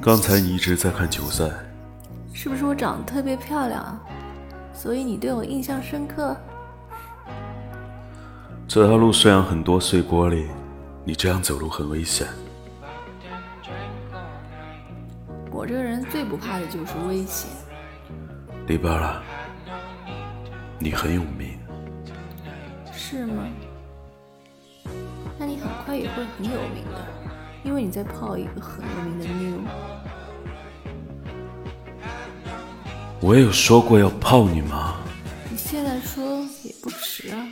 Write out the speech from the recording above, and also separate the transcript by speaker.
Speaker 1: 刚才你一直在看球赛，
Speaker 2: 是不是我长得特别漂亮，啊所以你对我印象深刻？
Speaker 1: 这条路虽然很多碎玻璃，你这样走路很危险。
Speaker 2: 我这个人最不怕的就是危险。
Speaker 1: 里边了，你很有命。
Speaker 2: 是吗？那你很快也会很有名的，因为你在泡一个很有名的妞。
Speaker 1: 我有说过要泡你吗？
Speaker 2: 你现在说也不迟啊。